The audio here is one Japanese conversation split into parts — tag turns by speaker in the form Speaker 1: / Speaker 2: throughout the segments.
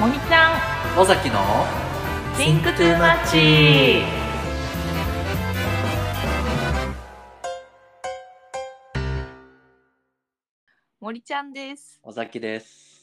Speaker 1: もみちゃん
Speaker 2: 尾崎の
Speaker 1: Think Too Much 森ちゃんです、
Speaker 2: 尾崎です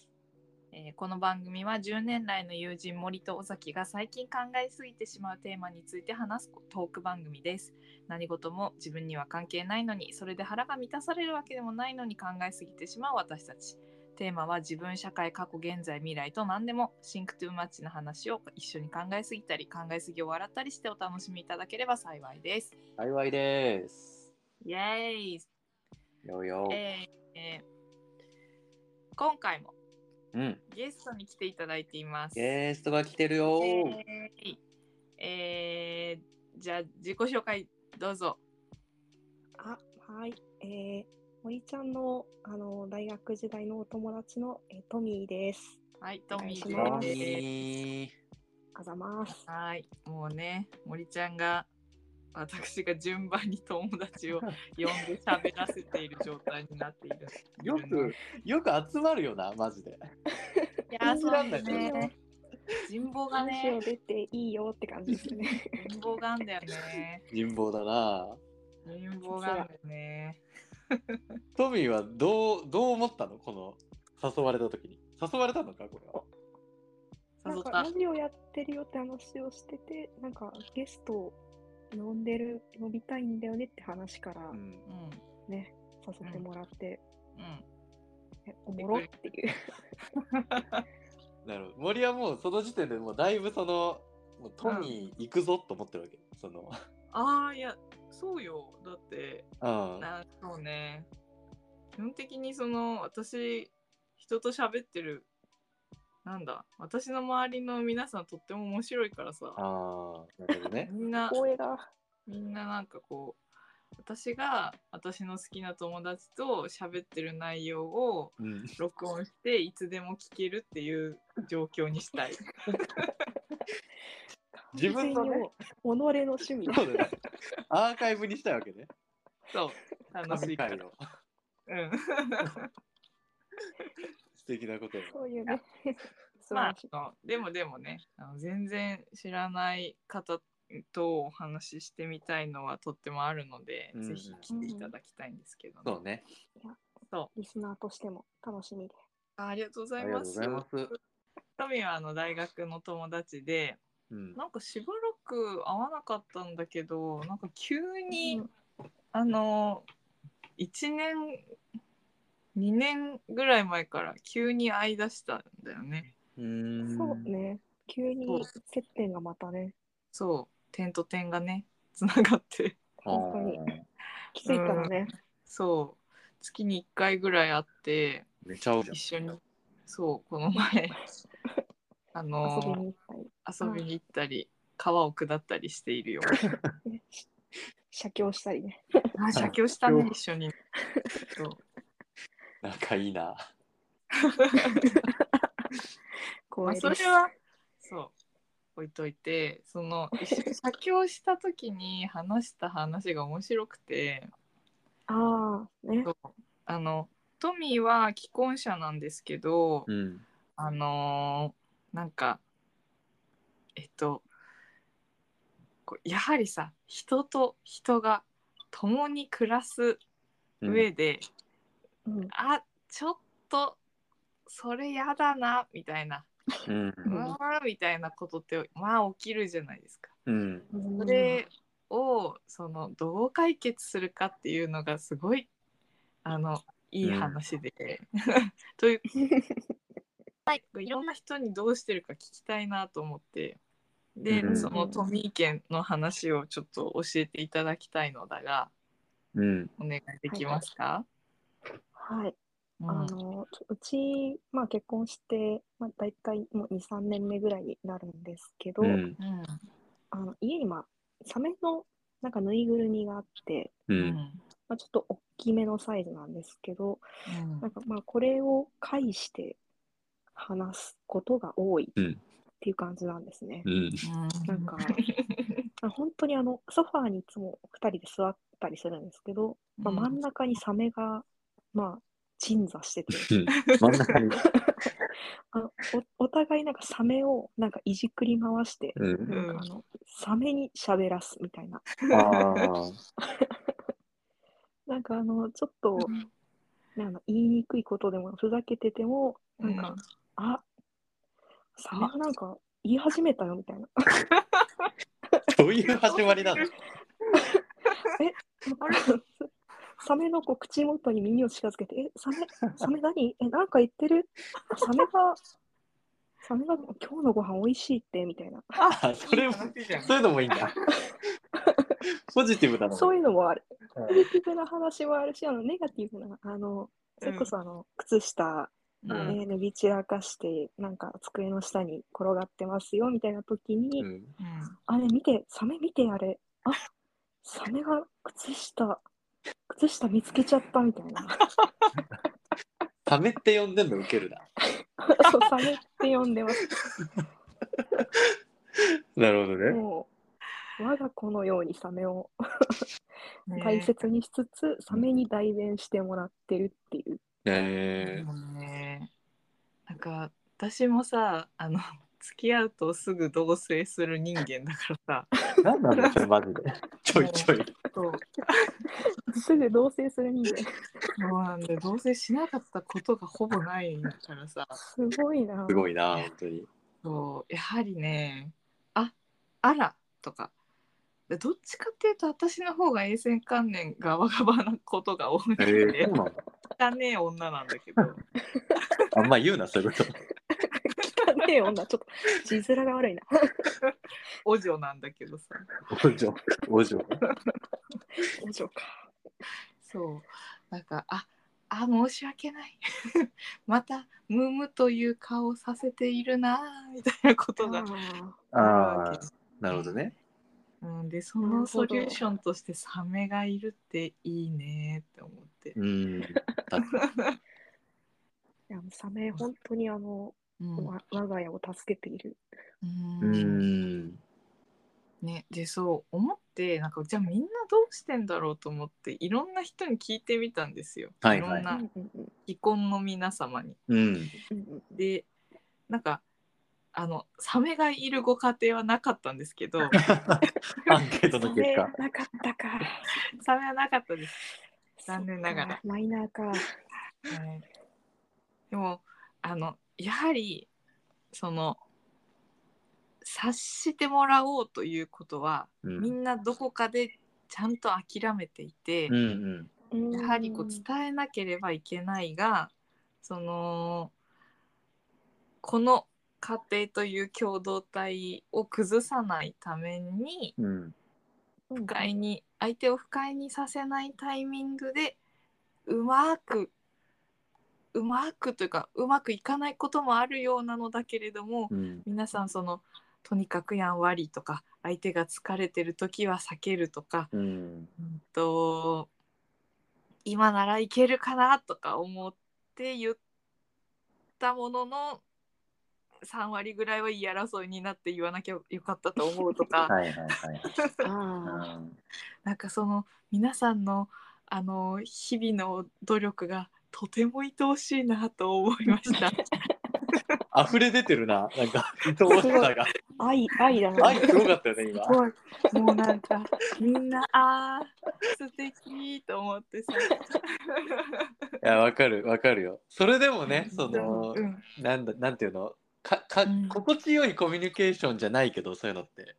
Speaker 1: えーこの番組は10年来の友人森と尾崎が最近考えすぎてしまうテーマについて話すトーク番組です何事も自分には関係ないのにそれで腹が満たされるわけでもないのに考えすぎてしまう私たちテーマは自分社会過去現在未来と何でもシンクトゥーマッチの話を一緒に考えすぎたり考えすぎを笑ったりしてお楽しみいただければ幸いです
Speaker 2: 幸いです
Speaker 1: イエーイ、
Speaker 2: よよ、
Speaker 1: えーえー今回も
Speaker 2: うん
Speaker 1: ゲストに来ていただいています
Speaker 2: ゲストが来てるよ
Speaker 1: イエーイえーじゃあ自己紹介どうぞ
Speaker 3: あ、はい。えー、森ちゃんの、あの、大学時代のお友達の、えートミーです。
Speaker 1: はいトミ
Speaker 3: お願
Speaker 1: ー
Speaker 3: いし
Speaker 1: です
Speaker 2: え
Speaker 3: あざます。
Speaker 1: はい、もうね、森ちゃんが私が順番に友達を呼んで喋らせている状態になっている。
Speaker 2: よくよく集まるよなマジで
Speaker 1: いや、そう
Speaker 2: 信じら
Speaker 1: だ
Speaker 2: んない
Speaker 1: ね。人望が
Speaker 3: 話 を
Speaker 1: ね、
Speaker 3: 出ていいよって感じですね。
Speaker 1: 人望があんだよね。
Speaker 2: 人望だな
Speaker 1: 人望があんだよね。
Speaker 2: トミーはどうどう思ったのこの誘われた時に誘われたのかこれは
Speaker 1: 誘
Speaker 3: なん
Speaker 1: っ
Speaker 3: か、
Speaker 1: た
Speaker 3: ラ。ジオやってるよって話をしてて、なんか、ゲストを呼んでる、呼びたいんだよねって話から
Speaker 2: う、
Speaker 1: う
Speaker 2: ん
Speaker 1: ん、
Speaker 3: 誘ってもらって、
Speaker 1: うん。
Speaker 3: えおもろっていう。
Speaker 2: なるほど森はもうその時点でもうだいぶそのもうトミー行くぞと思ってるわけ、その
Speaker 1: ああ、いや、そうよ。だって、
Speaker 2: うん
Speaker 1: なそうね。基本的にその私人と喋ってるなんだ私の周りの皆さんとっても面白いからさ
Speaker 2: ああなるほどね
Speaker 1: みんな
Speaker 3: 光栄だ。
Speaker 1: みんななんかこう私が私の好きな友達と喋ってる内容を
Speaker 2: うん
Speaker 1: 録音していつでも聞けるっていう状況にしたい。
Speaker 2: 自分のね
Speaker 3: 完全に己の趣味だ
Speaker 2: そ。うだね。アーカイブにしたいわけね。
Speaker 1: そう楽しいから。
Speaker 2: の。
Speaker 1: うん、
Speaker 2: 素敵なことよ。
Speaker 3: そういうね。 素晴
Speaker 1: ま
Speaker 3: ら
Speaker 1: あ
Speaker 3: しい。
Speaker 1: あのでもでもねあの全然知らない方とお話ししてみたいのはとってもあるので、
Speaker 2: うん
Speaker 1: ぜひ来ていただきたいんですけど、ね
Speaker 2: そうね。
Speaker 1: そう
Speaker 3: リスナーとしても楽しみで。
Speaker 1: あありがとうござ
Speaker 2: あ
Speaker 1: い
Speaker 2: りが
Speaker 1: ま
Speaker 2: とうご
Speaker 1: す
Speaker 2: ざいます。
Speaker 1: トミーはあの大学の友達で
Speaker 2: うん。
Speaker 1: なんかしばらく会わなかったんだけどなんか急に、
Speaker 3: うん
Speaker 1: あの1年2年ぐらい前から急に会い出したんだよね
Speaker 2: うん
Speaker 3: そう。ね。急
Speaker 1: そう
Speaker 3: に接点がまたね、
Speaker 1: そう点と点がねつながって
Speaker 3: 本当に気づいたらね。
Speaker 1: そう月に1回ぐらい会って
Speaker 2: めちゃ合うじ
Speaker 1: 一緒にそうこの前 あ
Speaker 3: 遊び
Speaker 1: の
Speaker 3: に行ったり
Speaker 1: 遊びに行ったり川を下ったりしているよ
Speaker 3: ね、し写経したりね。
Speaker 1: あ写経したね一緒にそう
Speaker 2: ゃ ん。仲いいな。
Speaker 3: こ
Speaker 1: まあ、それはそう置いといてその一緒に写経した時に話した話が面白くて
Speaker 3: ああ、ね
Speaker 1: そ。うあのトミーは既婚者なんですけど、
Speaker 2: ん。
Speaker 1: あのーなんかえっとこうやはりさ人と人が共に暮らす上で、
Speaker 3: うん。
Speaker 1: あちょっとそれやだなみたいな、
Speaker 2: うん。
Speaker 1: う
Speaker 3: う
Speaker 1: ー
Speaker 3: ん
Speaker 1: んみたいなことってまあ起きるじゃないですか。
Speaker 2: うん。
Speaker 3: うん
Speaker 1: それをそのどう解決するかっていうのがすごいあのいい話で、といういろんな人にどうしてるか聞きたいなと思ってで、
Speaker 2: うん
Speaker 1: そのトミー県の話をちょっと教えていただきたいのだが
Speaker 2: うん。
Speaker 1: お願いできますか、
Speaker 3: はい。
Speaker 1: う
Speaker 3: あ
Speaker 1: ん
Speaker 3: の、ちょうち、まあ結婚して、まあ大体もう2、3年目ぐらいになるんですけど、
Speaker 2: うん。
Speaker 3: あの家今、サメのなんかぬいぐるみがあって、
Speaker 2: う。
Speaker 1: うんうんん
Speaker 3: まあ、ちょっと大きめのサイズなんですけど、なんかまあこれを介して話すことが多い
Speaker 2: うん
Speaker 3: っていう感じなんですね。
Speaker 2: うん。
Speaker 3: な んか、あ本当にあの、ソファーにいつも2人で座ったりするんですけど、まあ、
Speaker 1: うん
Speaker 3: 真ん中にサメが、まあ、鎮座してて、
Speaker 2: 真ん中に。
Speaker 3: あのおお互いなんかサメをなんかいじくり回して、
Speaker 4: うん。
Speaker 3: なんかあのサメに喋らすみたいな。
Speaker 2: あ
Speaker 3: なんかあの、ちょっと、
Speaker 1: うん
Speaker 3: なんか言いにくいことでも、ふざけてても、なん
Speaker 1: う
Speaker 3: か
Speaker 1: ん、
Speaker 3: あ、サメがなんか言い始めたよみたいな。
Speaker 2: ーどういう始まりなの
Speaker 3: サメのこう口元に耳を近づけて、え、サメ、サメ何え、なんか言ってるサメが、サメが今日のご飯美味しいって、みたいな。
Speaker 2: あそれも
Speaker 1: いい話じゃん
Speaker 2: そういうのもいいんだポジティブなの
Speaker 3: そういうのもある。
Speaker 2: うん
Speaker 3: ポジティブな話もあるし、あの、ネガティブな、あの、それこそあの、靴下、
Speaker 2: う
Speaker 3: ね
Speaker 2: ん
Speaker 3: 脱ぎ散らかして、なんか机の下に転がってますよ、みたいな時に、
Speaker 2: うん
Speaker 3: あれ見て、サメ見てあれ。あ、サメが靴下、靴下見つけちゃったみたいな。
Speaker 2: サメって呼んでんのウケるな
Speaker 3: そう、サメって呼んでます。
Speaker 2: なるほどね
Speaker 3: もう、我が子のようにサメを
Speaker 1: うん
Speaker 3: 大切にしつつ、サメに代弁してもらってるっ ていう。
Speaker 2: え
Speaker 1: もうねなんか私もさあの付き合うとすぐ同棲する人間だからさ
Speaker 2: ー、何なんだそれマジでちょいちょい
Speaker 1: そう
Speaker 3: すぐ同棲する人間。
Speaker 1: そうなんで同棲しなかったことがほぼないからさ
Speaker 3: すごいな
Speaker 2: す。ごいな本当に
Speaker 1: そうやはりねああらとかでどっちかっていうと私の方が衛生観念がわがままなことが多いの
Speaker 2: え
Speaker 1: で、
Speaker 2: そうなんだ
Speaker 1: 汚ねえ女なんだけど
Speaker 2: あんま言うなそういうこと
Speaker 3: 汚 ねえ女、ちょっと字面が悪いな。
Speaker 1: お嬢なんだけどさ
Speaker 2: お嬢お嬢
Speaker 3: お嬢か。
Speaker 1: そうなんかああ申し訳ない またムムという顔をさせているなあみたいなことが
Speaker 2: ああなるほどね
Speaker 1: うん、でそ
Speaker 3: なる
Speaker 1: の
Speaker 3: ほ
Speaker 1: ソ
Speaker 3: ど
Speaker 1: リューションとしてサメがいるっていいねって思って、
Speaker 2: うん
Speaker 3: いやサメ、本当にあ
Speaker 1: う
Speaker 3: の、
Speaker 1: ん
Speaker 3: わ我が家を助けている。
Speaker 2: う
Speaker 1: うん
Speaker 2: ん
Speaker 1: ね、でそう思ってなんかじゃあみんなどうしてんだろうと思っていろんな人に聞いてみたんですよ、
Speaker 2: はい
Speaker 1: ろ
Speaker 2: はい
Speaker 1: ん
Speaker 3: う
Speaker 1: なん
Speaker 3: うんうん
Speaker 1: 既婚の皆様に。
Speaker 2: うん
Speaker 3: うん
Speaker 1: でなんかあのサメがいるご家庭はなかったんですけど
Speaker 2: アンケー
Speaker 3: う
Speaker 2: ト
Speaker 3: ん。
Speaker 2: の
Speaker 3: サ
Speaker 2: 結
Speaker 3: メ
Speaker 2: 果
Speaker 3: なかったか。
Speaker 1: サメはなかったです。 残念ながら
Speaker 3: そっか。マイナーか。
Speaker 1: はいでもあのやはりその察してもらおうということは
Speaker 2: う
Speaker 1: み
Speaker 2: ん
Speaker 1: んなどこかでちゃんと諦めていて、
Speaker 2: うんうん
Speaker 3: うん
Speaker 1: やはりこう伝えなければいけないがそのこの家庭という共同体を崩さないために
Speaker 2: うん
Speaker 1: 不快に相手を不快にさせないタイミングでうまくうまくというかうまくいかないこともあるようなのだけれども
Speaker 2: うん
Speaker 1: 皆さんそのとにかくやんわりとか相手が疲れてる時は避けるとか
Speaker 2: うん
Speaker 1: うんと今ならいけるかなとか思って言ったものの3割ぐらいは言い争いになって言わなきゃよかったと思うとか
Speaker 2: はいはいはい
Speaker 3: ああ、
Speaker 1: なんかその皆さんのあの日々の努力がとても愛おしいなと思いま した。
Speaker 2: 溢れ出てるな、なんか、伊藤しさが。
Speaker 3: 愛、愛だな。
Speaker 2: 愛すごかったよね、今
Speaker 1: す。ごいもうなんかみんなあー素敵と思ってさ。
Speaker 2: いや、わかる、わかるよ。それでもね、その
Speaker 1: う、ん
Speaker 2: なんだ、なんていうの。か、か
Speaker 1: うん、
Speaker 2: 心地よいコミュニケーションじゃないけど、そういうのって。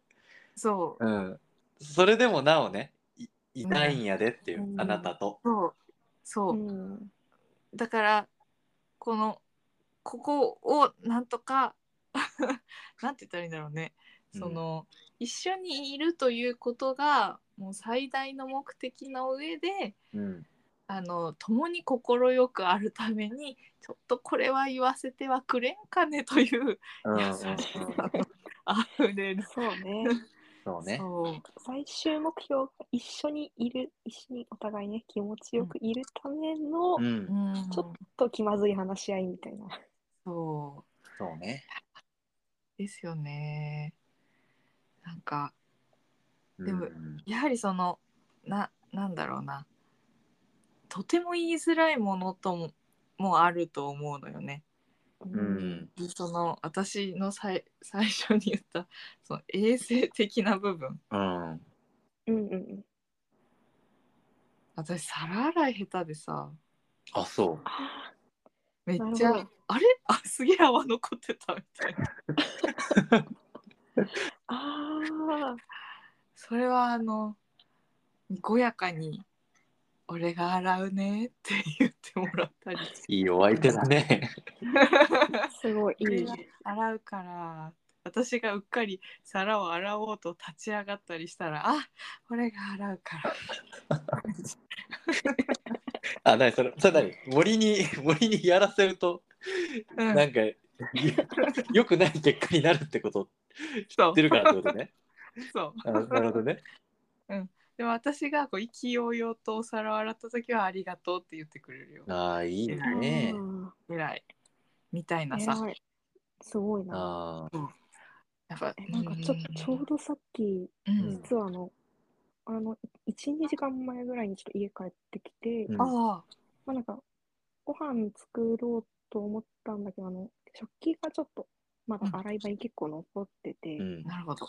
Speaker 1: そう
Speaker 2: うん。それでもなおね、い、いたいんやでっていう
Speaker 3: う、ん
Speaker 2: あなたと。
Speaker 1: そうそうう、
Speaker 3: ん。
Speaker 1: だからこのここをなんとか なんて言ったらいいんだろうねその、一緒にいるということがもう最大の目的の上で
Speaker 2: うん。
Speaker 1: あの共に快くあるために ちょっとこれは言わせてはくれんかねという
Speaker 2: うん、うん、
Speaker 1: 優
Speaker 2: うん
Speaker 1: しさあふれる。
Speaker 3: そうね。
Speaker 2: そうね。
Speaker 1: そう
Speaker 3: 最終目標が一緒にいる、一緒にお互いね、気持ちよくいるため
Speaker 2: う。
Speaker 3: の、
Speaker 1: うんん
Speaker 3: ちょっと気まずい話し合いみたいな。
Speaker 1: そう
Speaker 2: そうね。
Speaker 1: ですよねなんか
Speaker 2: うん
Speaker 1: でもやはりそのななんだろうなとても言いづらいものとももあると思うのよね。
Speaker 2: う
Speaker 3: うん
Speaker 2: ん。
Speaker 1: でその私の最最初に言ったその衛生的な部分
Speaker 2: うん。
Speaker 3: うんうん。
Speaker 1: 私皿洗い下手でさ
Speaker 2: あ、そう。
Speaker 3: あ
Speaker 1: めっちゃ
Speaker 3: なるほ
Speaker 1: あれあすげえ泡残ってたみたいな
Speaker 3: ああ
Speaker 1: それはあのにこやかに「俺が洗うね」って言ってもらったり
Speaker 2: いいお相手だね。
Speaker 3: あ、すごいい
Speaker 1: 俺
Speaker 3: い
Speaker 1: が。洗うから私がうっかり皿を洗おうと立ち上がったりしたら「あ俺が洗うから」
Speaker 2: あ、なにそれ、それ何森に、 森にやらせると、
Speaker 1: うん
Speaker 2: なんか、 良くない結果になるってこと
Speaker 1: そ
Speaker 2: 知
Speaker 1: う
Speaker 2: ってるからってことね。
Speaker 1: そう
Speaker 2: あなるほどね。
Speaker 1: でも私がこう意気揚々とお皿を洗った時は「ありがとう」って言ってくれるよ
Speaker 2: ああ、いいね。
Speaker 3: あ
Speaker 1: ぐらいみたい
Speaker 3: あ
Speaker 1: なさ
Speaker 3: 偉いすごいな。
Speaker 2: あ
Speaker 1: やっぱ
Speaker 3: えなんかちょちょうどさっき、
Speaker 1: うん
Speaker 2: うん
Speaker 3: 実はあの、あの、1、2時間前ぐらいにちょっと家帰ってきて、
Speaker 2: うん
Speaker 1: ああ
Speaker 3: まあなんか、ご飯作ろうと思ったんだけど、あの、食器がちょっと、まだ洗い場に結構残ってて、
Speaker 2: ー。うん。
Speaker 1: なるほど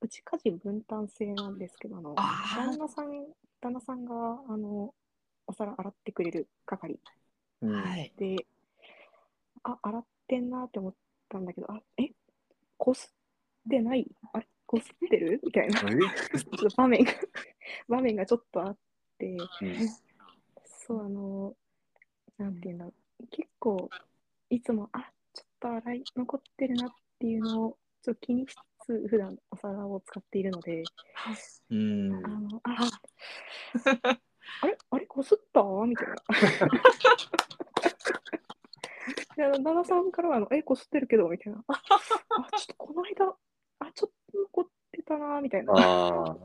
Speaker 3: うち家事分担制なんですけど、あの、
Speaker 1: あー
Speaker 3: 旦那さん、旦那さんが、あの、お皿洗ってくれる係
Speaker 2: うん
Speaker 1: はい
Speaker 3: で、あ、洗ってんなって思ったんだけど、あ、え、こすってないあれ、こすってるみたいな、ちょっと場面が、 場面がちょっとあって、そう、あの、なんていうんだろう、結構、いつも、あ、ちょっと洗い残ってるなっていうのを、ちょっと気にしつつ、普段お皿を使っているので、
Speaker 2: うん。
Speaker 3: あの、あ、あれあれこすったみたいな。であの旦那さんからはあの、え、こすってるけど、みたいな。あ、あちょっとこの間、あ、ちょっと残ってたな、みたいな。あ、
Speaker 2: ああ。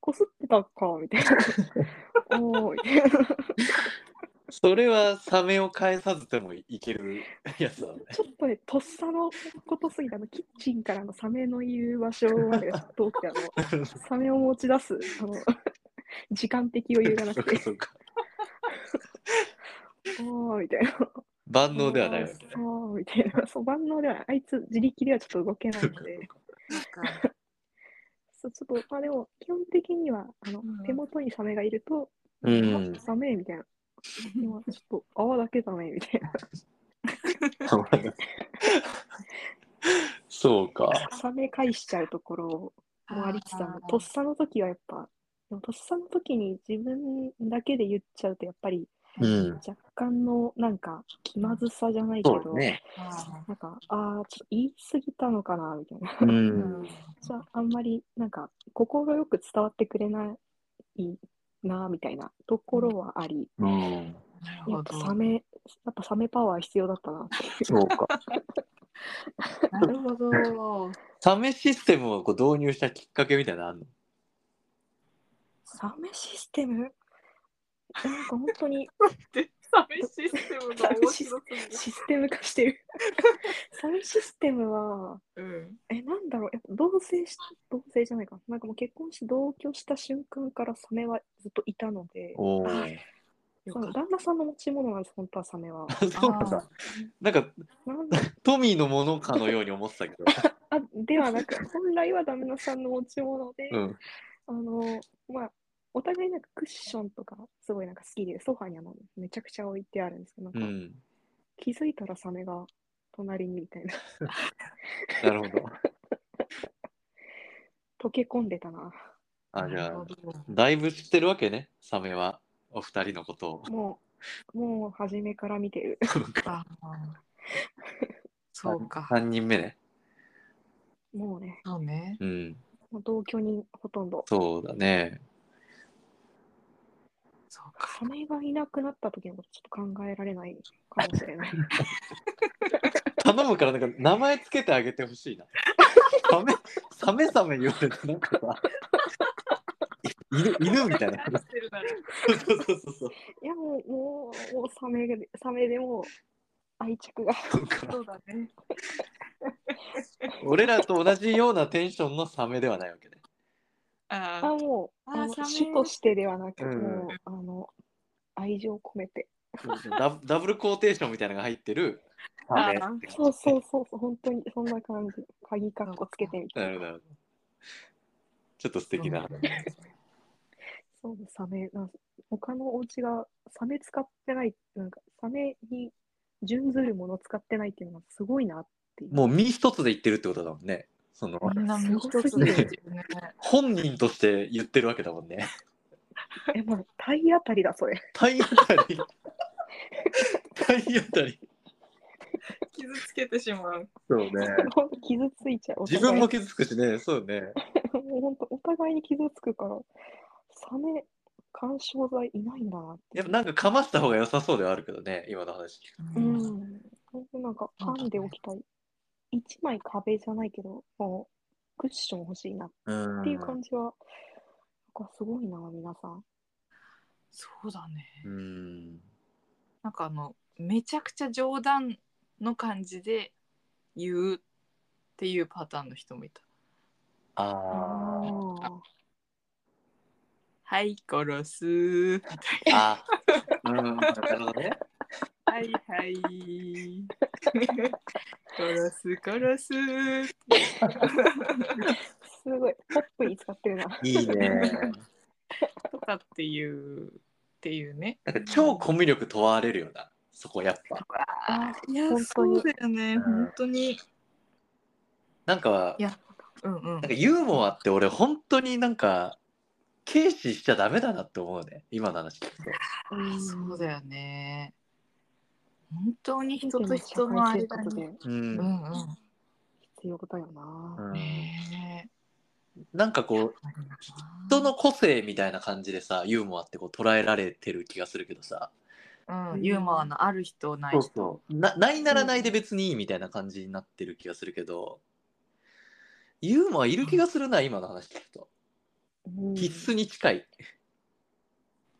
Speaker 3: こすってたか、みたいな。おー、みたいな。
Speaker 2: それはサメを返さずてもいけ るやつだね。
Speaker 3: ちょっとね、とっさのことすぎて、あのキッチンからのサメのいる場所までがちょっと多くて、あのサメを持ち出す、あの時間的余裕がな
Speaker 2: そ
Speaker 3: く
Speaker 2: う か
Speaker 3: て、
Speaker 2: そうか。
Speaker 3: おーみたいな。
Speaker 2: 万能ではないわけね。
Speaker 3: そう、みたいな。そう、万能ではない。あいつ自力ではちょっと動けないので。そう、ちょっと、まあでも、基本的には、あの
Speaker 1: うん、
Speaker 3: 手元にサメがいると、
Speaker 2: うん
Speaker 3: あサメみたいな。今、ちょっと泡だけだね、みたい な。
Speaker 2: そうか。
Speaker 3: サメ返しちゃうところを、もうありつつ、あのとっさの時はやっぱ、でもとっさの時に自分だけで言っちゃうと、やっぱり、
Speaker 2: うん。
Speaker 3: 若干の、なんか、気まずさじゃないけ
Speaker 2: そ
Speaker 3: ど、
Speaker 2: うね。
Speaker 1: あ
Speaker 3: なんか、ああ、ちょっと言い過ぎたのかな、みたいな。
Speaker 2: う
Speaker 1: ー
Speaker 2: ん。
Speaker 3: じゃあ、あんまり、なんか、ここがよく伝わってくれないな、みたいなところはあり、
Speaker 2: うん。
Speaker 1: なる
Speaker 3: や
Speaker 1: ほ
Speaker 3: っぱ
Speaker 1: ど
Speaker 3: サメ、やっぱサメパワー必要だったなっていう。
Speaker 2: そうか。
Speaker 1: なるほど
Speaker 2: サメシステムをこう導入したきっかけみたいなのあんの
Speaker 3: サメシステムなんか本当に
Speaker 1: でサメシステムが面白すぎる
Speaker 3: システム化してる。サメシステムは、
Speaker 1: うん
Speaker 3: え、なんだろう、やっぱ同棲し、同棲じゃないか。なんかもう結婚して同居した瞬間からサメはずっといたので、
Speaker 2: お
Speaker 1: よ
Speaker 2: お。
Speaker 3: そ
Speaker 1: か
Speaker 3: の
Speaker 1: った
Speaker 3: 旦那さんの持ち物なんです、本当はサメは。
Speaker 2: そうなんだ。なんか
Speaker 3: なん
Speaker 2: トミーのものかのように思ってたけど。
Speaker 3: あではな く、本来は旦那さんの持ち物で、
Speaker 2: うん。
Speaker 3: あの、まあ、お互いなんかクッションとか、すごいなんか好きで、ソファにあの、めちゃくちゃ置いてあるんですけど、
Speaker 2: う
Speaker 3: なんか、
Speaker 2: ん。
Speaker 3: 気づいたらサメが隣にみたいな、
Speaker 2: なるほど。
Speaker 3: 溶け込んでたな。
Speaker 2: あ、じ
Speaker 1: な
Speaker 2: ゃ
Speaker 1: る
Speaker 2: あ
Speaker 1: ほ、ど
Speaker 2: だいぶ知ってるわけね、サメは。お二人のことを。
Speaker 3: もう、もう初めから見てる。
Speaker 1: あーそうか
Speaker 2: 3人目ね。
Speaker 3: もうね、
Speaker 1: そうね
Speaker 2: うん。
Speaker 3: もう同居人ほとんど。
Speaker 2: そうだね。
Speaker 1: そうか
Speaker 3: サメがいなくなった時のことちょっと考えられないかもしれ ない。
Speaker 2: 頼むからなんか名前つけてあげてほしいな。サメ、サメサメ言われてなんかさ、犬犬みたいな。
Speaker 1: 何してるだろう
Speaker 2: そうそうそうそう。
Speaker 3: いや、もう、もう、もうサメが、サメでもう愛着が。
Speaker 2: そうか
Speaker 1: そうだ ね
Speaker 2: 俺らと同じようなテンションのサメではないわけね。
Speaker 1: あ
Speaker 3: あ、
Speaker 1: ー
Speaker 3: もう、
Speaker 1: あ
Speaker 3: あの
Speaker 1: サメ
Speaker 3: 主としてではなく、
Speaker 2: うん
Speaker 3: もう、あの、愛情込めて。
Speaker 2: ダブダブルコーテーションみたいなのが入ってるサメ
Speaker 1: あ
Speaker 3: そうそうそうそう、本当にそんな感じ。鍵かっこつけてみた
Speaker 2: ないるほ
Speaker 3: な。
Speaker 2: どなるほど。ちょっと素敵な。
Speaker 3: そう、サメ。なんか他のお家がサメ使ってない、なんかサメに準ずるもの使ってないっていうのがすごい なっていう。
Speaker 2: もう身一つで言ってるってことだもんね。その
Speaker 1: みんなもう一つですよね。
Speaker 2: 本人として言ってるわけだもんね。
Speaker 3: え、まあ、体当たりだ、それ。
Speaker 2: 体当たり。体当たり。
Speaker 1: 傷つけてしまう。
Speaker 2: そうね。
Speaker 3: 本当傷ついちゃう。お
Speaker 2: 自
Speaker 3: 互い
Speaker 2: 分も傷つくしね。そうね。
Speaker 3: もう本当、お互いに傷つくから、サメ、干渉剤いないんだなって。
Speaker 2: やっぱなんかかました方が良さそうではあるけどね。今の話聞く
Speaker 3: う
Speaker 1: うん
Speaker 3: ん。本当なんか、
Speaker 1: そうだ
Speaker 3: パ
Speaker 1: ね
Speaker 3: ンで置きたい。一枚壁じゃないけど、もう、クッション欲しいなっ
Speaker 2: と。うん
Speaker 3: ていう感じは、なんかすごいな、皆さん。
Speaker 1: そうだね。
Speaker 2: うん。
Speaker 1: なんかあのめちゃくちゃ冗談の感じで言うっていうパターンの人もいた。
Speaker 2: あー
Speaker 3: あ
Speaker 1: はい殺す。
Speaker 2: あ。うん。なるほどね。
Speaker 1: はいはい。殺す殺す。
Speaker 3: あ、すごい、ポップに使ってるな。
Speaker 2: いいね。
Speaker 1: とかっていうっていうね。
Speaker 2: なんか超コミュ力問われるよな。そこやっぱ。
Speaker 3: あ
Speaker 1: いや
Speaker 3: 本当に
Speaker 1: そうだよね
Speaker 2: うん
Speaker 1: 本当に。
Speaker 2: なんか
Speaker 1: い、やうんうん
Speaker 2: なんか。ユーモアって俺本当になんか軽視しちゃダメだなって思うね。今の話聞くと。
Speaker 1: あそうだよね。本当に人と
Speaker 3: の
Speaker 1: 人の
Speaker 3: 社会
Speaker 1: 間
Speaker 3: 生活
Speaker 1: に。
Speaker 3: で
Speaker 2: う。
Speaker 1: うんんうん
Speaker 3: 必要だよな。
Speaker 2: うん、
Speaker 1: ね
Speaker 2: なんかこう
Speaker 1: え。
Speaker 2: 人の個性みたいな感じでさユーモアってこう捉えられてる気がするけどさ
Speaker 1: うん、ユーモアのある人ない人
Speaker 2: そうなないならないで別にいいみたいな感じになってる気がするけど、ユーモアいる気がするな今の話聞くと
Speaker 3: うん、
Speaker 2: 必須に近い、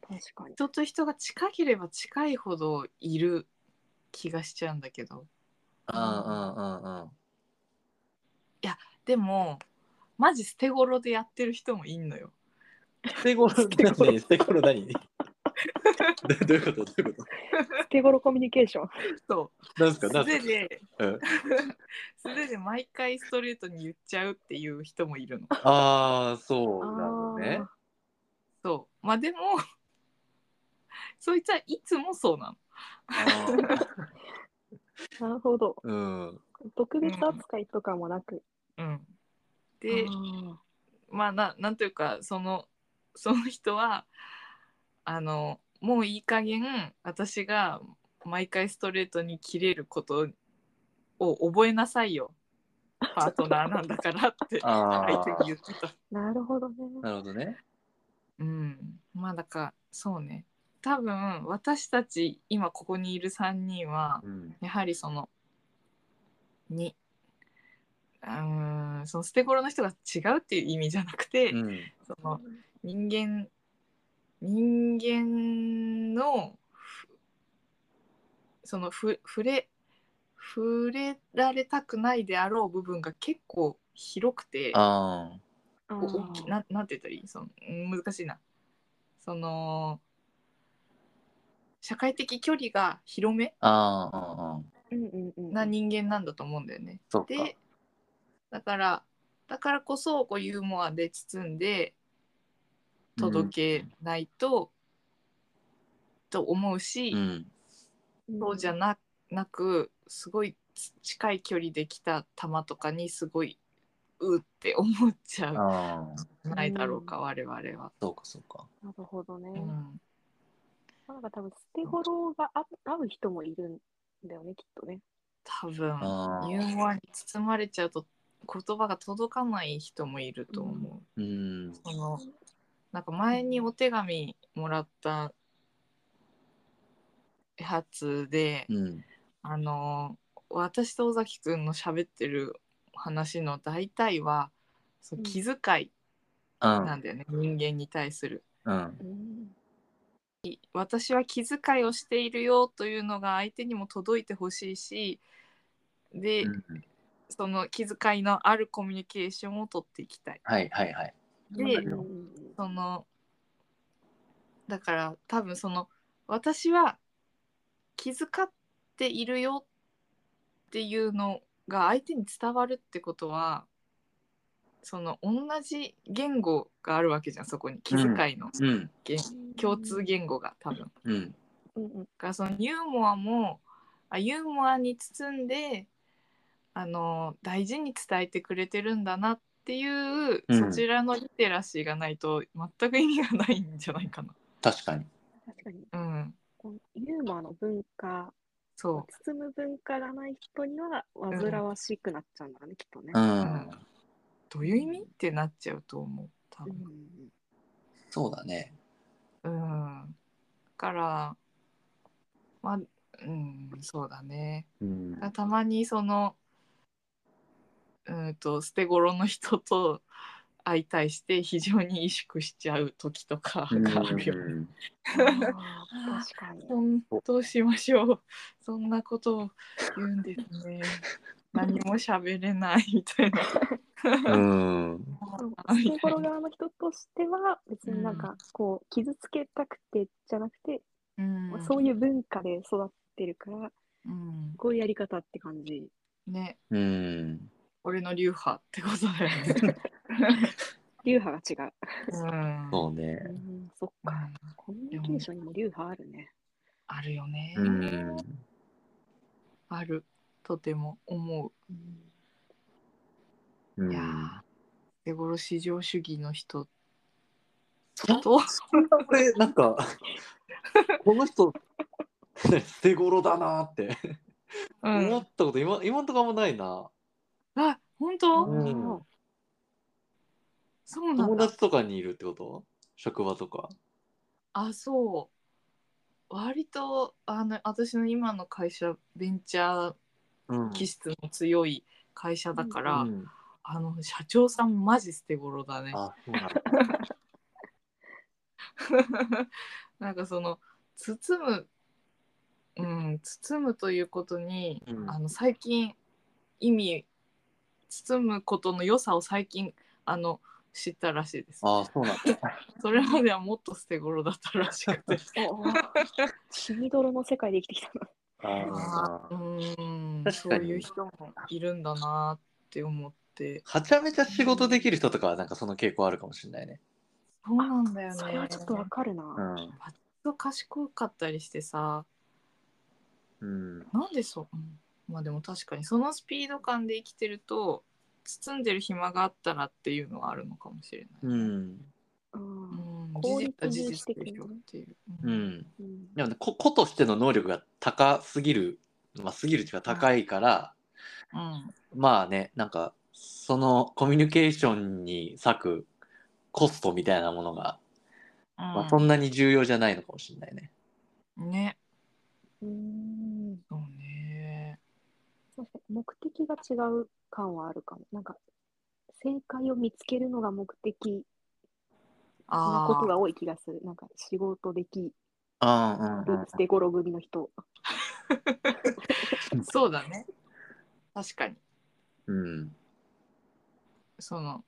Speaker 3: 確かに。
Speaker 1: 人と人が近ければ近いほどいる気がしちゃうんだけど
Speaker 2: うん、うんうんうん
Speaker 1: でもマジ捨て頃でやってる人もいんのよ
Speaker 2: 捨て頃捨て頃何捨て頃何 どどういうことどういうこ
Speaker 3: 手頃コミュニケーション。
Speaker 1: そ
Speaker 2: となんす
Speaker 1: う
Speaker 2: かな
Speaker 1: 素
Speaker 2: んす
Speaker 1: 手
Speaker 2: か
Speaker 1: で
Speaker 2: うん、
Speaker 1: 素手で毎回ストレートに言っちゃうっていう人もいるの
Speaker 2: ああそうなのね
Speaker 3: あ
Speaker 1: そうまあでもそいつはいつもそうなの
Speaker 2: あー
Speaker 3: ーなるほど。
Speaker 2: うん
Speaker 3: 特別扱いとかもなく。
Speaker 1: うん
Speaker 3: あ
Speaker 1: で
Speaker 3: ー
Speaker 1: まあななんというかその その人はあのもういい加減私が毎回ストレートに切れることを覚えなさいよパートナーなんだからって相
Speaker 2: あ
Speaker 1: 手に言
Speaker 2: あ
Speaker 1: ってた。
Speaker 3: なるほどね。
Speaker 2: なるほどね
Speaker 1: うん、まあだからそうね多分私たち今ここにいる3人は
Speaker 2: うん
Speaker 1: やはりそのにうーんその捨て頃の人が違うっていう意味じゃなくて、
Speaker 2: うん
Speaker 1: その人間人間のふそのふ触れ触れられたくないであろう部分が結構広くて
Speaker 2: ああ
Speaker 3: あ
Speaker 1: お大きななんて言ったらいいそのうん難しいなその社会的距離が広め
Speaker 2: ああうんうん
Speaker 3: うんうんうん。
Speaker 1: な人間なんだと思うんだよね。
Speaker 2: そっか
Speaker 1: でだからだからこそこうユーモアで包んで届けないと、と思うし、
Speaker 2: うん
Speaker 1: そうじゃななくすごいつ近い距離で来た球とかにすごいうって思っちゃう
Speaker 2: ああ
Speaker 1: じゃないだろうか、我々は。
Speaker 2: そうかそうか
Speaker 3: なるほどね。
Speaker 1: うん
Speaker 3: なんか多分捨て頃が合う合う人もいるんだよね、きっとね。
Speaker 1: 多分
Speaker 2: あー
Speaker 1: ユーモアに包まれちゃうと言葉が届かない人もいると思う。
Speaker 2: うん
Speaker 1: そのなんか前にお手紙もらったやつで、
Speaker 2: うん
Speaker 1: あの私と尾崎くんの喋ってる話の大体はそう
Speaker 3: うん
Speaker 1: 気遣いうなん
Speaker 2: ん
Speaker 1: だよね、人間に対する。
Speaker 2: うん
Speaker 3: うん。
Speaker 1: 私は気遣いをしているよというのが相手にも届いてほしいしで、
Speaker 2: うん
Speaker 1: その気遣いのあるコミュニケーションを取っていきたい。
Speaker 2: はいはいはい
Speaker 1: で
Speaker 3: うん
Speaker 1: そのだから多分その私は気遣っているよっていうのが相手に伝わるってことはその同じ言語があるわけじゃんそこに気遣いの、
Speaker 2: うん
Speaker 1: 言共通言語が多分。だ
Speaker 2: うん
Speaker 3: うんうん
Speaker 1: からそのユーモアもあユーモアに包んであの大事に伝えてくれてるんだなっていう、
Speaker 2: うん
Speaker 1: そちらのリテラシーがないと全く意味がないんじゃないかな。
Speaker 2: 確かに
Speaker 3: 確かに
Speaker 1: うん、
Speaker 3: このユーモアの文化
Speaker 1: そう
Speaker 3: 包む文化がない人には煩わしくなっちゃうんだろうね、きっとね
Speaker 2: う、
Speaker 1: うん
Speaker 2: ん
Speaker 1: どういう意味ってなっちゃうと思う多
Speaker 3: うん
Speaker 1: 分、
Speaker 2: そうだね
Speaker 1: うん、だからまあうんそうだね
Speaker 2: うん
Speaker 1: たまにそのうんと捨て頃の人と相対して非常に萎縮しちゃう時とかがあるよ、
Speaker 2: うん
Speaker 3: あー確かに
Speaker 1: ほんどうしましょうそんなことを言うんです ね何も喋れないみたいな。
Speaker 2: うん
Speaker 3: 日頃側の人としては別になんかこう傷つけたくてじゃなくて、
Speaker 1: うん
Speaker 3: そういう文化で育ってるから
Speaker 1: うん、
Speaker 3: こういうやり方って感じ
Speaker 1: ね
Speaker 2: うん
Speaker 1: 俺の流派ってことだよね。
Speaker 3: 流派が違う、
Speaker 1: うん
Speaker 2: そうね
Speaker 3: うん、そっかコミュニケーションにも流派あるね
Speaker 1: あるよね、
Speaker 2: うん
Speaker 1: あるとても思
Speaker 2: う
Speaker 1: う、いや
Speaker 2: ん
Speaker 1: ー手頃至上主義の人
Speaker 2: そん
Speaker 1: と
Speaker 2: な俺なんかこの人捨て頃だなって
Speaker 1: う
Speaker 2: 思
Speaker 1: ん
Speaker 2: ったこと今今んとこあんまないな
Speaker 1: あ本当、
Speaker 2: うん
Speaker 1: そうなん
Speaker 2: 友
Speaker 1: だ
Speaker 2: 達とかにいるってこと職場とか
Speaker 1: あそう割とあの私の今の会社ベンチャ
Speaker 2: うん
Speaker 1: ー気質の強い会社だから、
Speaker 2: うん
Speaker 1: あの社長さんマジ捨て頃だね
Speaker 2: あそうなんだ
Speaker 1: なんかその包むうん包むということに、
Speaker 2: うん
Speaker 1: あの最近意味包むことの良さを最近あの知ったらしいです
Speaker 2: あそうなんだ
Speaker 1: それまではもっと捨て頃だったらしくて
Speaker 3: おー血みどろの世界で生きてきたな。
Speaker 1: あー
Speaker 2: あー
Speaker 1: うん
Speaker 2: 確
Speaker 1: そう
Speaker 2: かに
Speaker 1: いう人もいるんだなって思って
Speaker 2: はちゃめちゃ仕事できる人とかはなんかその傾向あるかもしれないね
Speaker 1: そうなんだよね
Speaker 3: それはちょっとわかるな。
Speaker 1: 賢かったりしてさ
Speaker 2: うんうん
Speaker 1: なんでそう、うんまあでも確かにそのスピード感で生きてると包んでる暇があったらっていうのはあるのかもしれない。
Speaker 2: うん
Speaker 3: う
Speaker 1: うんん、
Speaker 3: 効
Speaker 1: 事実
Speaker 3: 率
Speaker 1: は事
Speaker 3: 重視
Speaker 1: 実
Speaker 3: 的
Speaker 1: で
Speaker 3: な
Speaker 1: しょっていう。
Speaker 2: う
Speaker 1: うん
Speaker 2: ん
Speaker 3: うん
Speaker 2: でもね個個としての能力が高すぎるまあすぎるっていうか高いから、
Speaker 1: うん
Speaker 2: まあねなんかそのコミュニケーションに割くコストみたいなものが、まあ、そんなに重要じゃないのかもしれないね。
Speaker 1: ね。
Speaker 3: うん
Speaker 1: そうね。
Speaker 3: 確かに目的が違う感はあるかも。なんか正解を見つけるのが目的な
Speaker 1: あ
Speaker 3: こと
Speaker 1: あ。
Speaker 3: が多い気がする。なんか仕事できる
Speaker 2: うんうんうん
Speaker 3: 捨て頃組の人。
Speaker 1: そうだね。確かに。
Speaker 2: うん
Speaker 1: その。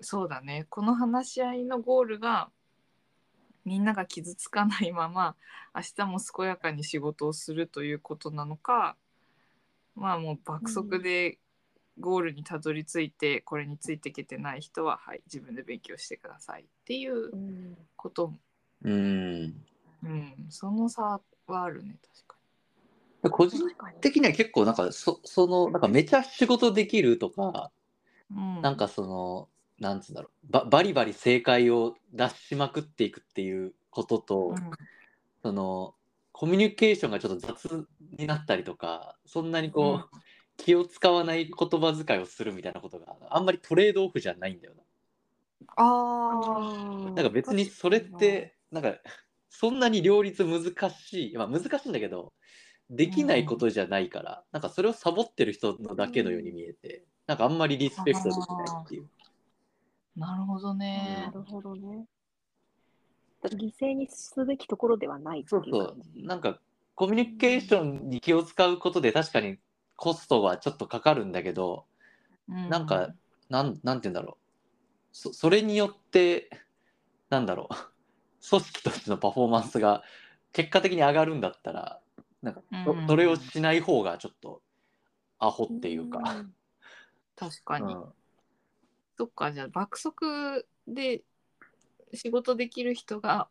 Speaker 1: そうだね。この話し合いのゴールが。みんなが傷つかないまま明日も健やかに仕事をするということなのかまあもう爆速でゴールにたどり着いて、これについていけてない人は、はい、自分で勉強してくださいっていう
Speaker 3: うん
Speaker 1: ことも
Speaker 2: うん
Speaker 1: うん、その差はあるね、確か
Speaker 2: 個人
Speaker 3: 確かに。
Speaker 2: 的には結構なんかそそのなんかめちゃ仕事できるとか
Speaker 1: に。う
Speaker 2: なん、かそのなんつうんだろうババリバリ正解を出しまくっていくっていうことと、
Speaker 1: うん
Speaker 2: そのコミュニケーションがちょっと雑になったりとかそんなにこう、気を使わない言葉遣いをするみたいなことがあんまりトレードオフじゃないんだよ
Speaker 1: あ
Speaker 2: な。
Speaker 3: ー
Speaker 2: なんか別にそれってなんかそんなに両立難しい、まあ、難しいんだけどできないことじゃないから、なんかそれをサボってる人のだけのように見えて、なんかあんまりリスペクトできないっていう。
Speaker 1: あ、なるほどね
Speaker 3: な。るほどね。犠牲にすべきところではないってい
Speaker 2: そううそう
Speaker 3: 感じ。
Speaker 2: なんかコミュニケーションに気を使うことで確かにコストはちょっとかかるんだけど
Speaker 1: うん
Speaker 2: なんか、なんなんて言うんだろうそそれによって なんだろう組織としてのパフォーマンスが結果的に上がるんだったらなんか
Speaker 1: うん
Speaker 2: そそれをしない方がちょっとアホっていうか、
Speaker 3: ん
Speaker 1: 確か
Speaker 2: う
Speaker 1: に、
Speaker 2: ん
Speaker 1: そっかじゃあ爆速で仕事できる人が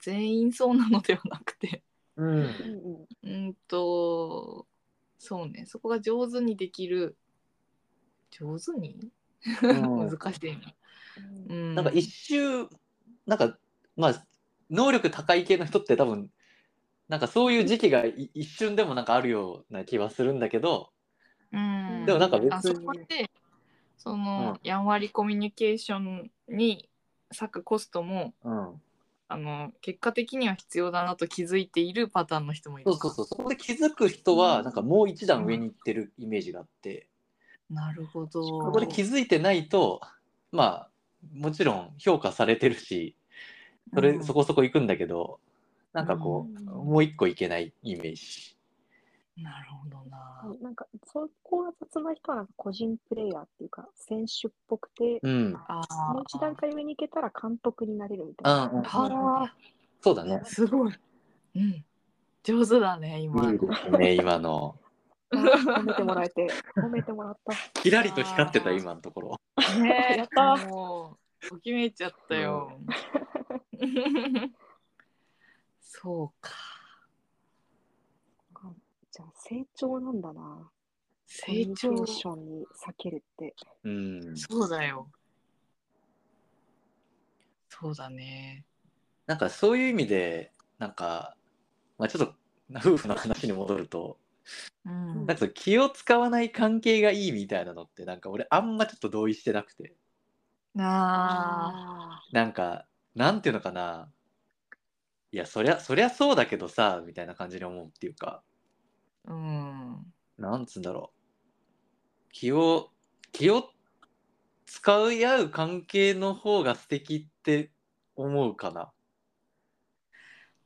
Speaker 1: 全員そうなのではなくて
Speaker 2: うん
Speaker 3: うんうん
Speaker 1: うんとそうねそこが上手にできる上手に
Speaker 2: うん
Speaker 1: 難しいな、う
Speaker 2: なんか一周なんかまあ能力高い系の人って多分なんかそういう時期がい一瞬でもなんかあるような気はするんだけど、
Speaker 1: うん
Speaker 2: でもなんか別に
Speaker 1: あそこでその、やんわりコミュニケーションに割くコストも
Speaker 2: うん、
Speaker 1: あの結果的には必要だなと気づいているパターンの人もいる
Speaker 2: そうそうそうそこで気づく人はなんかもう一段上に行ってるイメージがあって、
Speaker 1: なるほど
Speaker 2: そこで気づいてないとまあもちろん評価されてるしそれ、そ
Speaker 1: こ、
Speaker 2: こそこ行くんだけどなんかこう、
Speaker 3: うん
Speaker 2: もう一個行けないイメージ。
Speaker 1: なるほどな
Speaker 3: なんかそこが雑な人はなんか個人プレイヤーっていうか選手っぽくて、
Speaker 2: うん、
Speaker 1: あ
Speaker 3: もう一段階上に行けたら監督になれるみたいな。
Speaker 2: あ
Speaker 1: あー
Speaker 2: そうだね。
Speaker 1: すごい。うん。上手だね、今。
Speaker 2: いいですね、今の。
Speaker 3: あ褒めてもらえて、褒めてもらった。
Speaker 2: キラリと光ってた、
Speaker 1: あー
Speaker 2: 今のところ。
Speaker 1: ね
Speaker 3: やった
Speaker 1: もう、ときめいちゃったよ。そうか。
Speaker 3: じゃあ成長なんだな。
Speaker 1: 成
Speaker 3: コミュ
Speaker 1: 長
Speaker 3: ニケ。ーションに避けるって。
Speaker 2: うん。
Speaker 1: そうだよ。そうだね。
Speaker 2: なんかそういう意味で、なんか、まあちょっと、夫婦の話に戻ると、
Speaker 1: うん
Speaker 2: なんかその気を使わない関係がいいみたいなのって、なんか俺、あんまちょっと同意してなくて、
Speaker 1: なあ。
Speaker 2: なんか、なんていうのかな、いや、そりゃ、そりゃそうだけどさ、みたいな感じに思うっていうか、
Speaker 1: うん。
Speaker 2: なんつうんだろう気を気を使い合う関係の方が素敵って思うかな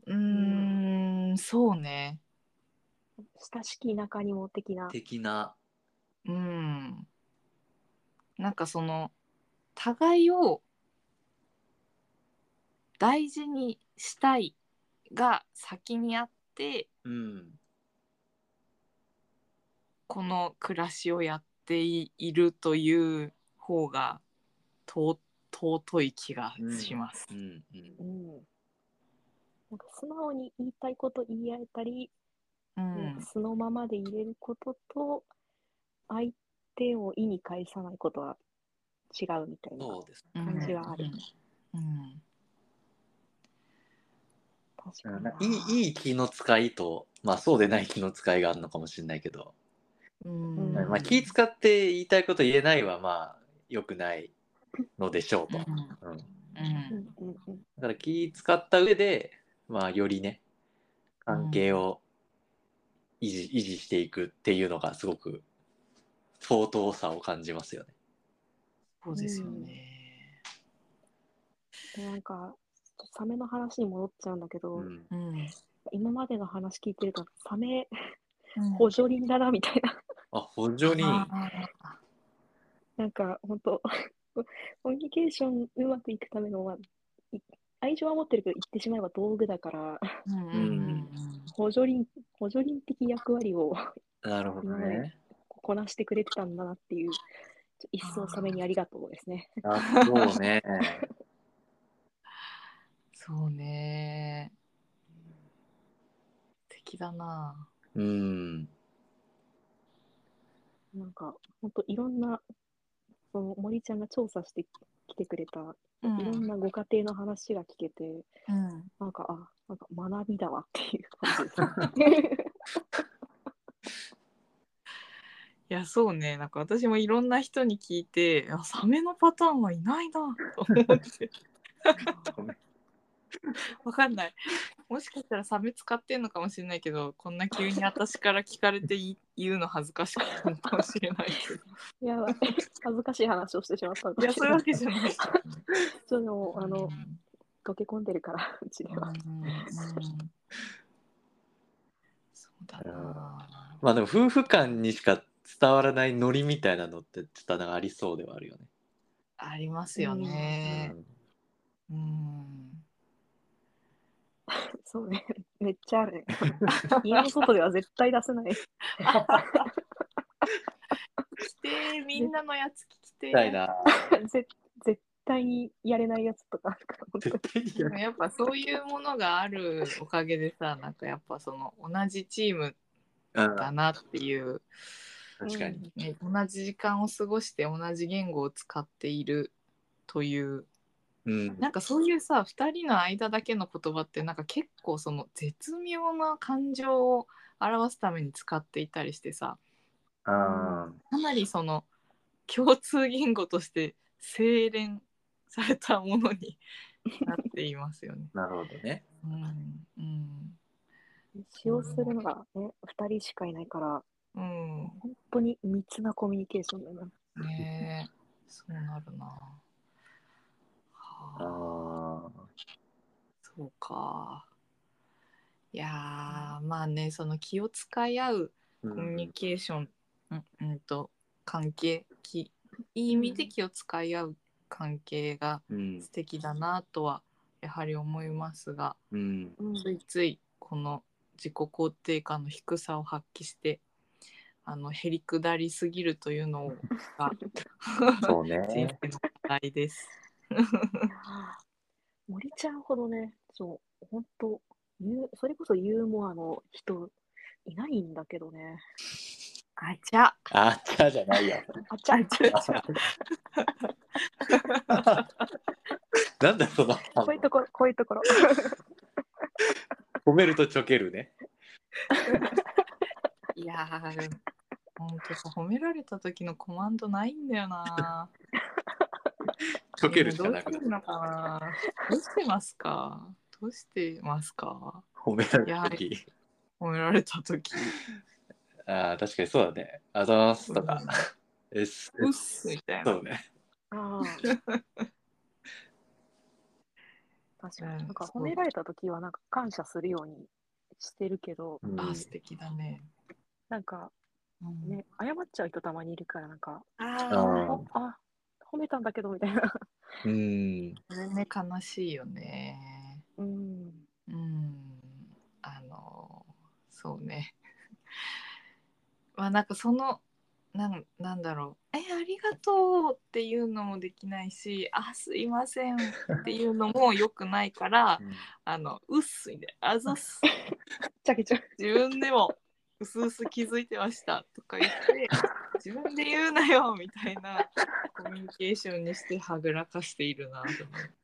Speaker 1: うーん、そうね。
Speaker 3: 親しき田舎にも的な。
Speaker 2: 的な
Speaker 1: うん。なんかその、互いを大事にしたいが先にあって、
Speaker 2: うん
Speaker 1: この暮らしをやっているという方がと尊い気がします。
Speaker 2: うんう
Speaker 3: うんん。なんか素直に言いたいこと言い合えたり、
Speaker 1: うん
Speaker 3: なんか素のままで入れることと、相手を意に介さないことは違うみたいな。
Speaker 2: そうです
Speaker 1: うん
Speaker 3: 感じはある
Speaker 1: うん
Speaker 3: 確か
Speaker 2: うん
Speaker 3: に
Speaker 2: なん
Speaker 3: な
Speaker 2: かいいいい気の使いとまあそうでない気の使いがあるのかもしれないけど、
Speaker 1: うん
Speaker 3: うん
Speaker 2: まあ、気使って言いたいこと言えないはまあ良くないのでしょう
Speaker 1: うん
Speaker 2: と、うん、
Speaker 1: うん
Speaker 3: うんうんうん
Speaker 2: だから気使った上で、まあ、よりね、関係を維持,、維持していくっていうのがすごく相当さを感じますよね。
Speaker 1: そうですよね。
Speaker 3: でなんか、ちょっとサメの話に戻っちゃうんだけど、
Speaker 2: うん、
Speaker 1: うん
Speaker 3: 今までの話聞いてると、サメ補助輪だなみたいな、
Speaker 2: あ、補助輪。
Speaker 1: あ
Speaker 2: あ
Speaker 1: あ
Speaker 3: なんか本当、 コミュニケーションうまくいくための、まあ、い愛情は持ってるけど、言ってしまえば道具だから、
Speaker 1: うんうんうん
Speaker 3: 補助輪、補助輪的役割を
Speaker 2: なるほどね。
Speaker 3: こなしてくれてたんだなっていう、ちょ一層サメにありがとうですね。
Speaker 2: あ、そうね。
Speaker 1: そうね。素敵だな。
Speaker 2: うん。
Speaker 3: なんか、本当いろんな、その森ちゃんが調査してきてくれた、
Speaker 1: うん
Speaker 3: いろんなご家庭の話が聞けて、
Speaker 1: うん
Speaker 3: なんか、あ、なんか学びだわっていう感じですね。
Speaker 1: いやそうねなんか私もいろんな人に聞いてあサメのパターンはいないなと思 ってわかんないもしかしたらサメ使ってんのかもしれないけどこんな急に私から聞かれてい言うの恥ずかしかったのかもしれないけど
Speaker 3: いや、恥ずかしい話をしてしまったん
Speaker 1: い
Speaker 3: で
Speaker 1: や
Speaker 3: すけ
Speaker 1: そうい
Speaker 3: ど
Speaker 1: うわけじゃ ない
Speaker 3: ちょっとでもあ
Speaker 1: う
Speaker 3: の
Speaker 1: ん、
Speaker 3: 溶け込んでるから、うちでは。
Speaker 1: うんうんそうだな
Speaker 2: まあでも夫婦間にしか伝わらないノリみたいなのってちょっとなんかありそうではあるよね。
Speaker 1: ありますよね、うん、
Speaker 3: そうね。めっちゃあるね。家の外では絶対出せない。
Speaker 1: 来てみんなのやつ聞きて
Speaker 2: み
Speaker 1: え
Speaker 2: たいな。
Speaker 3: 絶絶対にやれないやつとかあるから、本当に
Speaker 2: 絶対に
Speaker 1: で
Speaker 2: や
Speaker 1: も
Speaker 2: る
Speaker 1: やっぱそういうものがあるおかげでさなんかやっぱその同じチーム
Speaker 2: うん
Speaker 1: だなっていう、
Speaker 2: 確かに。
Speaker 1: ね、同じ時間を過ごして同じ言語を使っているという
Speaker 2: うん。
Speaker 1: なんかそういうさ2人の間だけの言葉ってなんか結構その絶妙な感情を表すために使っていたりしてさ
Speaker 2: あ
Speaker 1: かなりその共通言語として精錬されたものになっていますよね。
Speaker 2: ーなるほどね。
Speaker 1: うんうん
Speaker 3: 使用するのが、ね、2人しかいないから、
Speaker 1: うん
Speaker 3: 本当に密なコミュニケーションだな。
Speaker 1: ねえ、そうなるな。
Speaker 2: あ
Speaker 1: はあ、
Speaker 2: あ。
Speaker 1: そうか。いやーまあねその気を使い合う
Speaker 2: う
Speaker 1: コミュニ
Speaker 2: ん。
Speaker 1: ケーション、うん、うんと関係きいい意味で気を使い合う関係が
Speaker 2: うん
Speaker 1: 素敵だなとはやはり思いますが、
Speaker 2: うん。
Speaker 3: うん
Speaker 1: ついついこの自己肯定感の低さを発揮してあのへりくだりすぎるというのが
Speaker 2: そうね。
Speaker 1: 人生の課題です。
Speaker 3: 森ちゃんほどね、そう、本当、ゆそれこそユーモアの人いないんだけどね。
Speaker 1: あちゃ
Speaker 2: あちゃじゃないよ。
Speaker 3: あちゃ
Speaker 1: あちゃ
Speaker 2: なんだその
Speaker 3: こういうところ、こういうと ころ。
Speaker 2: 褒めるとちょけるね。
Speaker 1: いやー本当さ褒められた時のコマンドないんだよ な。
Speaker 2: ちょけるしかなく
Speaker 1: どうし
Speaker 2: なる
Speaker 1: てん。のかなどうしてますかどうしてますか
Speaker 2: 褒められた時。
Speaker 1: 褒められた時。
Speaker 2: ああ、確かにそうだね。あざーすとか。えっす。
Speaker 1: うっすみたいな。
Speaker 2: そうね。
Speaker 3: ああ。確か
Speaker 1: うん
Speaker 3: に。なんか褒められたときは、なんか感謝するようにしてるけど、
Speaker 2: うん
Speaker 1: あ素敵だね。
Speaker 3: なんか
Speaker 1: うん
Speaker 3: ね、謝っちゃう人たまにいるから、なんか、
Speaker 1: あ
Speaker 2: ー
Speaker 3: ほあ、褒めたんだけど、みたいな。
Speaker 2: うん。
Speaker 1: あ、それね悲しいよね。
Speaker 3: うん。
Speaker 1: うん、あの、そうね。 まあなんかその、なんなんだろう、え、ありがとうっていうのもできないし、あ、すいませんっていうのも良くないから、あの、うっすいで、あずっす、
Speaker 3: ちゃけちゃう。
Speaker 1: 自分でも、うすうす気づいてましたとか言って、自分で言うなよみたいなコミュニケーションにしてはぐらかしているなと思って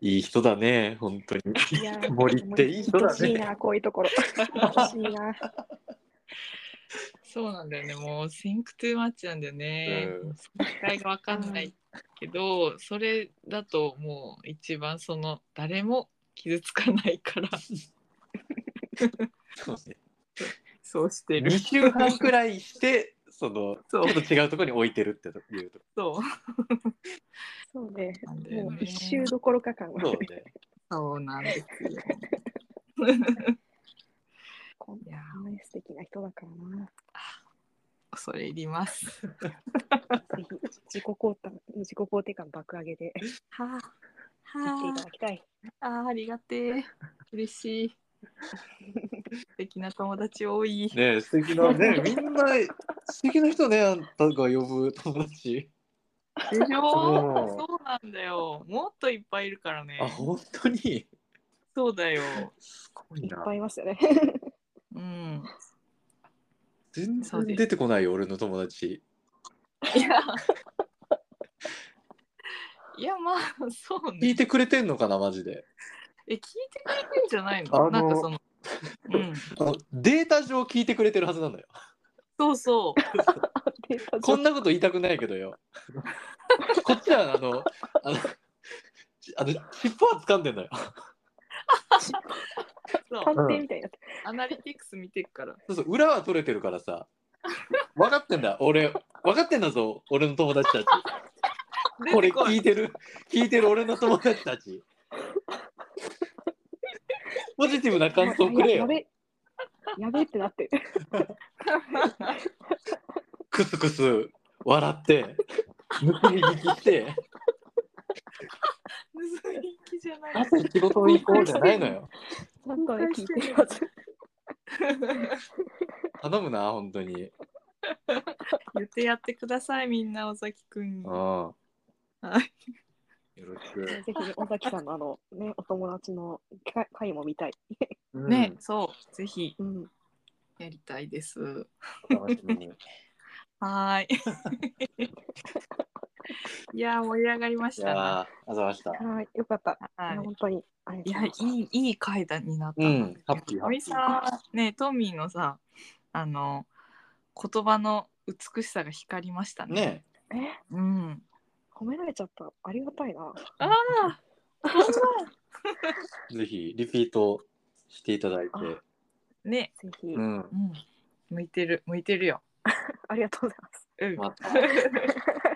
Speaker 2: いい人だね、本当に。
Speaker 3: いや
Speaker 2: 森っていい人だ
Speaker 3: 愛しい
Speaker 2: ね。
Speaker 3: な、こういうところ。愛し いな。
Speaker 1: そうなんだよね。もう think too much なんだよね。
Speaker 2: うん
Speaker 1: 正解がわかんないけど、それだともう一番その誰も傷つかないから
Speaker 2: そうね
Speaker 1: そうしてる
Speaker 2: 2。週半くらいして、その、
Speaker 1: そう
Speaker 2: ちょっと違うところに置いてるっていうとこ
Speaker 1: そう
Speaker 3: そうね。
Speaker 1: なんだ
Speaker 3: も
Speaker 1: よ
Speaker 3: う
Speaker 1: ね。
Speaker 3: 一周どころか感は
Speaker 2: そうね。
Speaker 1: そうなんですよ。
Speaker 3: こん
Speaker 1: いや
Speaker 3: なに素敵な人だからな。
Speaker 1: 恐れ入ります。
Speaker 3: ぜひ自己肯定自己肯定感爆上げで行
Speaker 1: はあ
Speaker 3: っていただきたい。
Speaker 1: ああありがてえ嬉しい。素敵な友達多い。
Speaker 2: ね え素敵なね、 みんな素敵な人ね、あんたが呼ぶ友達。
Speaker 1: でしょ
Speaker 2: そう
Speaker 1: そうなんだよ。もっといっぱいいるからね
Speaker 2: あ、。本当に。
Speaker 1: そうだよ。
Speaker 2: すごい
Speaker 3: いっ
Speaker 2: な。
Speaker 3: ぱいいますよね。
Speaker 1: うん。
Speaker 2: 全
Speaker 1: そうで
Speaker 2: 然
Speaker 1: す
Speaker 2: 出てこないよ、俺の友達。
Speaker 1: いや、 いやまあそう
Speaker 2: 聞い
Speaker 1: ね。
Speaker 2: てくれてんのかな、マジで。
Speaker 1: え聞いてくれてんじゃないの？
Speaker 2: あの
Speaker 1: なんかその、うん、
Speaker 2: あのデータ上聞いてくれてるはずなのよ。
Speaker 1: そうそう。
Speaker 3: データ上
Speaker 2: こんなこと言いたくないけ どよ。こっちはあの、あの、ちあの尻尾は掴んでんのよ。
Speaker 1: そう。
Speaker 3: 探偵みたいになって。
Speaker 1: アナリティクス見てっから。
Speaker 2: そうそう、裏は取れてるからさ。分かってんだ、俺、分かってんだぞ、俺の友達たち。こ
Speaker 1: 出
Speaker 2: れ
Speaker 1: てこ
Speaker 2: 聞
Speaker 1: い
Speaker 2: いてる、聞いてる俺の友達たち。ポジティブな感想くれ
Speaker 3: や
Speaker 2: よ。
Speaker 3: べやべってなってる。
Speaker 2: クスクス笑って、盗み聞きして、
Speaker 1: 盗み聞きじゃない。
Speaker 2: 汗仕事行こうじゃないのよ。
Speaker 3: ちゃんとね聞いてます。
Speaker 2: 頼むな、本当に。
Speaker 1: 言ってやってくださいみんな尾崎くんに。
Speaker 2: うん。
Speaker 1: は
Speaker 2: よ
Speaker 1: い
Speaker 2: ろしく。
Speaker 3: ぜひね、尾崎さんのあの、ね、お友達の回回も見たい。
Speaker 1: ね、
Speaker 2: うん
Speaker 1: そうぜひ
Speaker 3: うん。
Speaker 1: やりたいです。
Speaker 2: 楽しみに。
Speaker 1: はーい。いやー盛り上がりま し
Speaker 2: い
Speaker 1: た
Speaker 2: やー
Speaker 1: ね。
Speaker 2: ありがとうございました。
Speaker 3: はい、よかった。
Speaker 1: はい
Speaker 3: や
Speaker 1: い
Speaker 3: 本当に。あり
Speaker 1: い
Speaker 3: が
Speaker 1: や
Speaker 3: と
Speaker 1: いう
Speaker 3: ござい
Speaker 1: いいい回談になった
Speaker 2: う
Speaker 1: な。
Speaker 2: ん、ハッピーハッ
Speaker 1: ト
Speaker 2: ピ
Speaker 1: ミ
Speaker 2: ー。
Speaker 1: さんねトミーのさあの言葉の美しさが光りましたね。
Speaker 2: ね
Speaker 3: ま
Speaker 1: う
Speaker 3: す。
Speaker 1: ん。
Speaker 3: え、褒められちゃった。ありがたいな。
Speaker 1: ああ
Speaker 2: ぜひリピートしていただいて。
Speaker 3: あ
Speaker 1: ね
Speaker 3: ぜひ。
Speaker 2: う
Speaker 1: う。
Speaker 2: ん
Speaker 1: ん向いてる向いてるよ。
Speaker 3: ありがとうございます。
Speaker 1: うん。
Speaker 2: また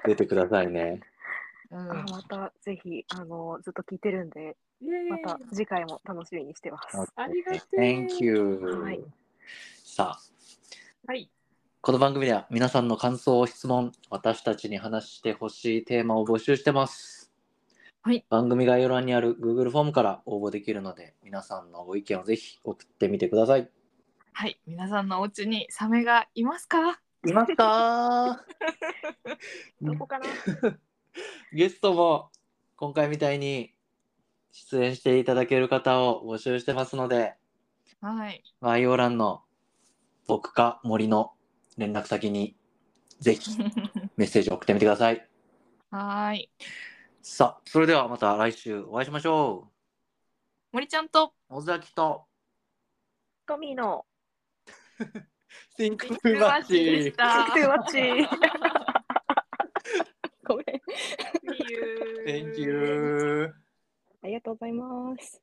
Speaker 2: 出てくださいね。
Speaker 1: うん
Speaker 3: あまたぜひあのずっと聞いてるんで、
Speaker 1: イエーイ
Speaker 3: また次回も楽しみにしてます。
Speaker 1: ありがとう
Speaker 2: Thank you、
Speaker 3: はい
Speaker 2: さあ、
Speaker 1: はい。
Speaker 2: この番組では皆さんの感想、質問、私たちに話してほしいテーマを募集してます。
Speaker 1: はい
Speaker 2: 番組概要欄にある Google フォームから応募できるので、皆さんのご意見をぜひ送ってみてください。
Speaker 1: はい。皆さんのお家にサメがいますか？
Speaker 2: いますか
Speaker 3: どこかな？
Speaker 2: ゲストも今回みたいに出演していただける方を募集してますので、
Speaker 1: はい。
Speaker 2: 概要欄の僕か森の連絡先にぜひメッセージを送ってみてください。
Speaker 1: はーい。
Speaker 2: さあ、それではまた来週お会いしましょ
Speaker 1: 森ちゃんと
Speaker 2: う。尾崎と
Speaker 3: トミーの
Speaker 2: Think
Speaker 1: ルマッチでした。
Speaker 3: Think too much ごめん。
Speaker 1: See you.
Speaker 2: Thank you.
Speaker 3: ありがとうございます。